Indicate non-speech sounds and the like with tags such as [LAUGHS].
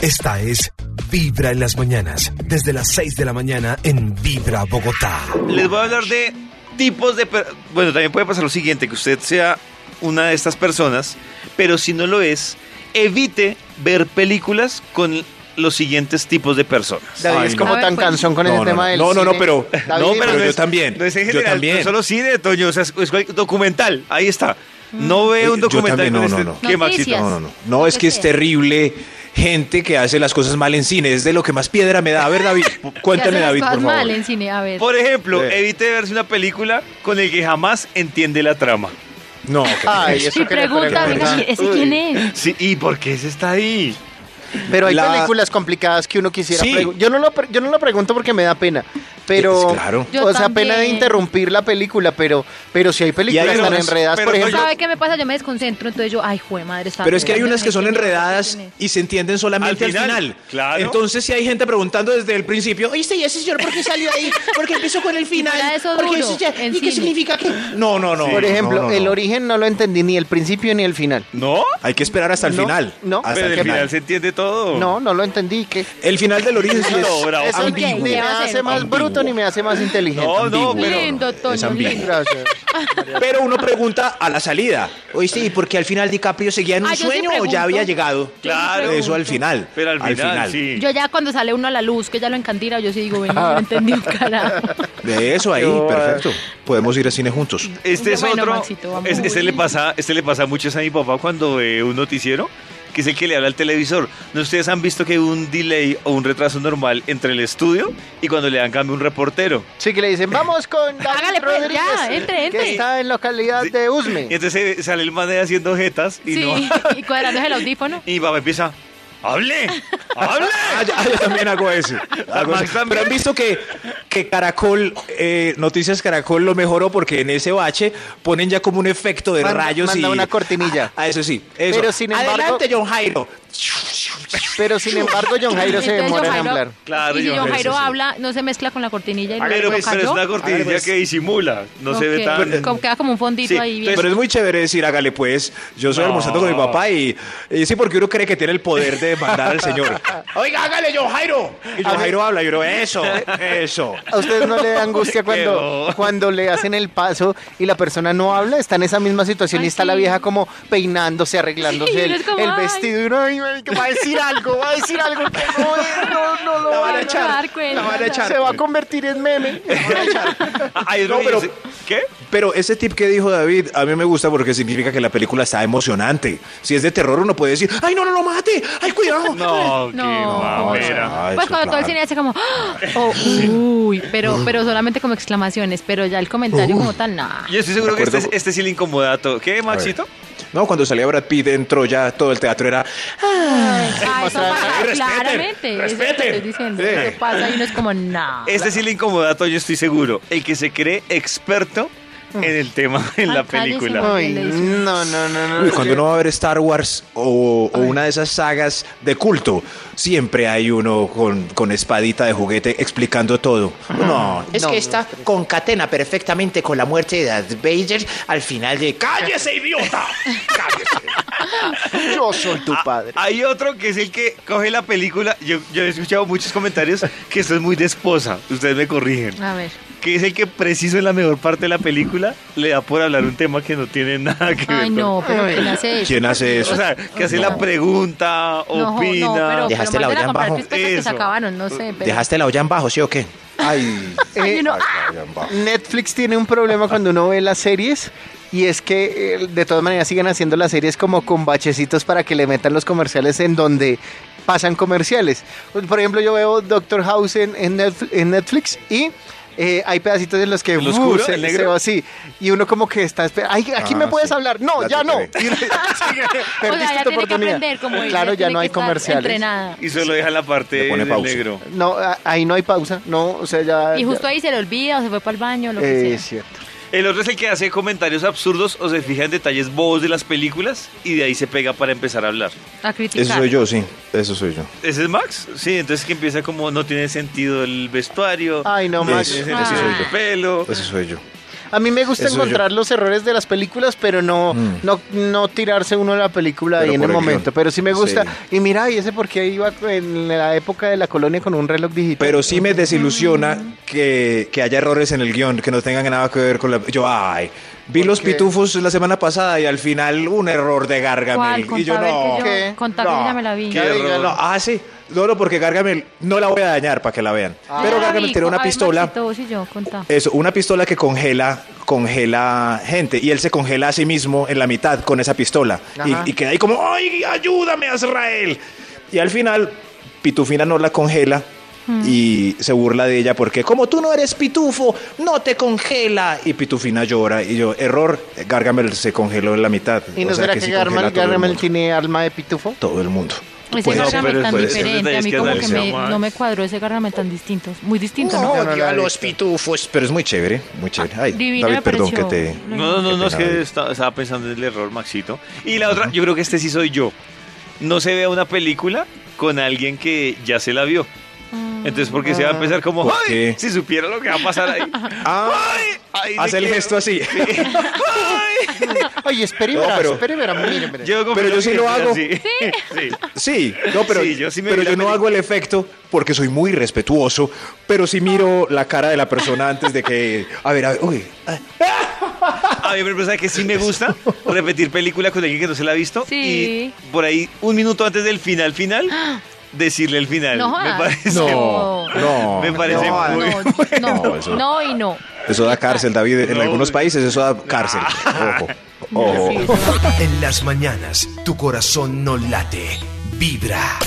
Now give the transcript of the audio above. Esta es Vibra en las mañanas, desde las 6 de la mañana en Vibra Bogotá. Les voy a hablar de tipos de... per- Bueno, también puede pasar lo siguiente, que usted sea una de estas personas, pero si no lo es, evite ver películas con los siguientes tipos de personas. David Ay, es no. como A ver, tan pues. cansón con No, el no, tema no. del No, no, no, cine. pero- David, no, pero ¿por yo qué? es- también, No es en yo general, también. no solo cine, Toño, o sea, es, es cual- documental, ahí está. No veo un Mm. Yo documental también, con no, este... no, no. ¿Qué, Maxito? Noticias. No, no, no. No, es que es terrible gente que hace las cosas mal en cine. Es de lo que más piedra me da. [LAUGHS] A ver, David, pu- Que cuéntame, hacen las David, cosas por favor. mal en cine, a ver. Por ejemplo, Sí. evite verse una película con el que jamás entiende la trama. No, ok. Ay, eso y que le pregunta, preguntan. venga, ¿ese quién es? Sí, ¿y por qué ese está ahí? Pero hay La- películas complicadas que uno quisiera. Sí. pregun- Yo no lo, pre- yo no lo pregunto porque me da pena, pero Es claro. Yo o sea, pena de también. interrumpir la película, pero pero si hay películas hay tan unas- enredadas, pero por no, ejemplo, ¿Sabe qué me pasa? Yo me desconcentro, entonces yo, ay, jue madre, está Pero es que hay bien, unas que son ¿quién es? enredadas ¿quién es? y se entienden solamente Al al final, final. claro. Entonces, si hay gente preguntando desde el principio, ¿oíste? ¿Y ese señor por qué salió ahí? ¿Por qué empezó con el fuera de final? eso ¿Por qué duro, ese- en ¿Y qué cine. significa que.? No, no, no. por no, ejemplo, no, no. el origen no lo entendí ni el principio ni el final. ¿No? Hay que esperar hasta el No, final. no. Hasta Pero el en el final final. se entiende todo. No, no lo entendí. ¿qué? El final del [LAUGHS] origen sí No, bravo. es Eso ni- ambiguo. ni me ¿qué va a hace hacer? más Ambiguo. bruto ni me hace más inteligente. No, no, Ambiguo. pero... Lindo, es Toño, ambiguo. lindo. Gracias. Pero uno pregunta a la salida. Oíste, ¿y por qué al final DiCaprio seguía en un Ah, yo sí sueño o pregunto. ya había llegado? Yo sí pregunto. Eso al final. Pero al final, sí. Yo ya cuando sale uno a la luz, que ya lo encantira, yo sí digo, [LAUGHS] bueno, no entendí un carajo. De eso [LAUGHS] ahí, Yo, perfecto. Podemos ir al cine juntos. Este es Bueno, otro. Maxito, vamos. es- este, le pasa, este le pasa mucho es a mi papá cuando ve un noticiero, que es el que le habla al televisor. ¿No ustedes han visto que hay un delay o un retraso normal entre el estudio y cuando le dan cambio a un reportero? Sí que le dicen, vamos con David Hágale, pues, Rodríguez, ya, entre, entre. que está en Ah, localidad de Usme. Y entonces eh, sale el man ahí haciendo jetas y sí, no. [LAUGHS] y cuadrándose el audífono. Y mi papá empieza. ¡Hable! ¡Hable! [LAUGHS] Ah, ya- ah, yo también hago eso. [LAUGHS] Hago Max eso. también. Pero han visto que, que Caracol, eh, Noticias Caracol lo mejoró porque en ese bache ponen ya como un efecto de Manda- rayos manda y. una cortinilla. Ah, eso sí. eso. Pero sin embargo- Adelante, John Jairo. Pero sin embargo, John Jairo se Entonces, demora John en Jairo- hablar. Claro, y si yo- John eso Jairo sí. habla, no se mezcla con la cortinilla y Pero lo pues, pero es cayó. una cortinilla pues. que disimula. No se Ok, ve tan. como [LAUGHS] queda como un fondito Sí, ahí bien. entonces- Pero es muy chévere decir, hágale pues, yo soy No. almorzando con mi papá y, y sí, porque uno cree que tiene el poder de mandar al señor. [LAUGHS] Oiga, hágale, John Jairo. Y John Jairo habla y uno, eso, eso. ¿A ustedes no le da angustia cuando, bobo. cuando le hacen el paso y la persona no habla? Está en esa misma situación y Ay, está la sí. vieja como peinándose, arreglándose Sí, el, es como, el ay. vestido. Y uno, ay, ay, que va a decir algo, va a decir [LAUGHS] algo que no, no, no lo La van va a a echar, dar cuenta. la van a echar. Se va a convertir en meme. Ay, No, pero- ¿Qué? Pero ese tip que dijo David, a mí me gusta porque significa que la película está emocionante. Si es de terror, uno puede decir, ¡ay, no, no lo mate! ¡Ay, cuidado! No, No, mamera. Ah, pues eso, cuando todo claro. el cine hace como, ¡ah! o, uy, pero, pero solamente como exclamaciones, pero ya el comentario como tal, nada. Yo estoy seguro De que este, acuerdo. este sí le incomoda a todo. ¿Qué, Maxito? No, cuando salía Brad Pitt en Troya, todo el teatro era... Ah, eso mostrar- pasa, Ay, respeten, claramente, eso es lo que respeten. estoy diciendo, Sí. eso pasa y uno es como, nada. Este sí le incomoda a todo, yo estoy seguro. El que se cree experto en el tema en Ay, la Mm. Ah, cállese, película. no. [LAUGHS] Ay, no, no, no, no. Uy, cuando uno va a ver Star Wars o, o una de esas sagas de culto, siempre hay uno con, con espadita de juguete explicando todo. No, Es que esta concatena perfectamente con la muerte de Darth Vader al final de... ¡cállese, idiota! Yo soy tu Ah, padre. hay otro que es el que coge la película. Yo, yo he escuchado muchos comentarios que esto es muy de esposa. Ustedes me corrigen. A ver, Que es el que preciso en la mejor parte de la película le da por hablar un tema que no tiene nada que ver. ay con- no, pero ¿quién hace eso? Pues, ¿Quién hace eso? O sea, que hace la pregunta, No, jo, opina. no, pero, pero Dejaste la olla manden a en comprar bajo. crispetas que Eso. se acabaron, no sé. Pero... ¿Dejaste la olla en bajo, sí o qué? Ay, Ay, uno, ah, Netflix tiene un problema cuando uno ve las series y es que eh, de todas maneras siguen haciendo las series como con bachecitos para que le metan los comerciales en donde pasan comerciales. Por ejemplo, yo veo Doctor House en, en Netf- en Netflix y eh, hay pedacitos en los que uh, ¿El oscuro, se, el negro? se va así y uno como que está esperando, ay, aquí Ah, me puedes sí. hablar, no, ya Ya te no. [LAUGHS] creí. Y- [LAUGHS] o sea, Perdiste ya tu tiene que oportunidad. aprender como ella, Claro, ya tiene no que hay estar comerciales. Entrenada. Y solo deja la parte Le pone del pausa. negro. No, a- ahí no hay pausa, no, o sea, ya... Y justo ya- Eh, ahí se le olvida o se fue para el baño, lo que Es sea. cierto. El otro es el que hace comentarios absurdos o se fija en detalles bobos de las películas y de ahí se pega para empezar a hablar. A criticar. eso soy yo, sí, eso soy yo. ¿Ese es Max? Sí, entonces que empieza como no tiene sentido el vestuario. Ay, no, no Max. tiene sentido Ay. el pelo. Eso soy yo. A mí me gusta Eso yo- encontrar los errores de las películas, pero no, Mm. no, no tirarse uno la película Pero ahí en el por el momento. guión. Pero sí me gusta. Sí. Y mira, y ese porque iba en la época de la colonia con un reloj digital. Pero sí me Mm. desilusiona que, que haya errores en el guión, que no tengan nada que ver con la... Yo, ay, vi los qué? pitufos la semana pasada y al final un error de Gargamel. ¿Cuál? Y yo, Contable no, que ¿qué? yo, contable No, ya me la vi. que diga, no, ah, sí. No, no, porque Gargamel no la voy a dañar para que la vean. Yo Pero ya la Gargamel vi, tiene una a ver, pistola... Ah. Maxito, vos y yo, contá. Eso, una pistola que congela, congela gente. Y él se congela a sí mismo en la mitad con esa pistola. Ajá. Y, y queda ahí como, ¡ay, ayúdame, Azrael! Y al final, Pitufina no la congela Hmm. y se burla de ella porque, como tú no eres pitufo, no te congela. Y Pitufina llora. Y yo, error, Gargamel se congeló en la mitad. ¿Y O no sea será que que, sí congela Gargamel, a todo el Gargamel mundo. tiene alma de pitufo? Todo el mundo. Ese Puede ser. Gargamel pero tan puede ser. diferente, a mí Tenéis que como que me- analizar más. no me cuadró ese Gargamel tan distinto, muy distinto, No, ¿no? yo no odio la a he los visto. pitufos. Pero es muy chévere, muy chévere. Ay, Divina David, me perdón que pareció. te... No, no, no, no, es Qué pena, que estaba, estaba pensando en el error, Maxito. Y la otra, yo creo que este sí soy yo. No se vea una película con alguien que ya se la vio. Mm. Entonces, porque se va a empezar como, ¿Por ¡ay! qué? Si supiera lo que va a pasar ahí. Ah, [LAUGHS] ¡Ay! Ahí le hace el quedo. [LAUGHS] gesto así. [LAUGHS] ¡Ay! Oye, espera y No, verás, pero- espera y verás, mire, mire. Yo como Pero que yo sí que lo soy hago. así. [LAUGHS] Sí. Sí, no, pero, Sí, yo sí me pero vi la yo no peli- hago el efecto porque soy muy respetuoso, pero sí miro la cara de la persona antes de que... A ver, a ver, uy. A mí me pasa que sí me [LAUGHS] gusta repetir película con alguien que no se la ha visto. Sí. Y por ahí, un minuto antes del final, final, decirle el final. ¡Ah! No me jodas. parece. No. no. Me parece no, muy- No, no, No, eso- no y no. Eso da cárcel, David. En No, Ah. algunos güey. países eso da cárcel. Ojo. No, Ojo. sí, eso- En las mañanas, tu corazón no late, vibra.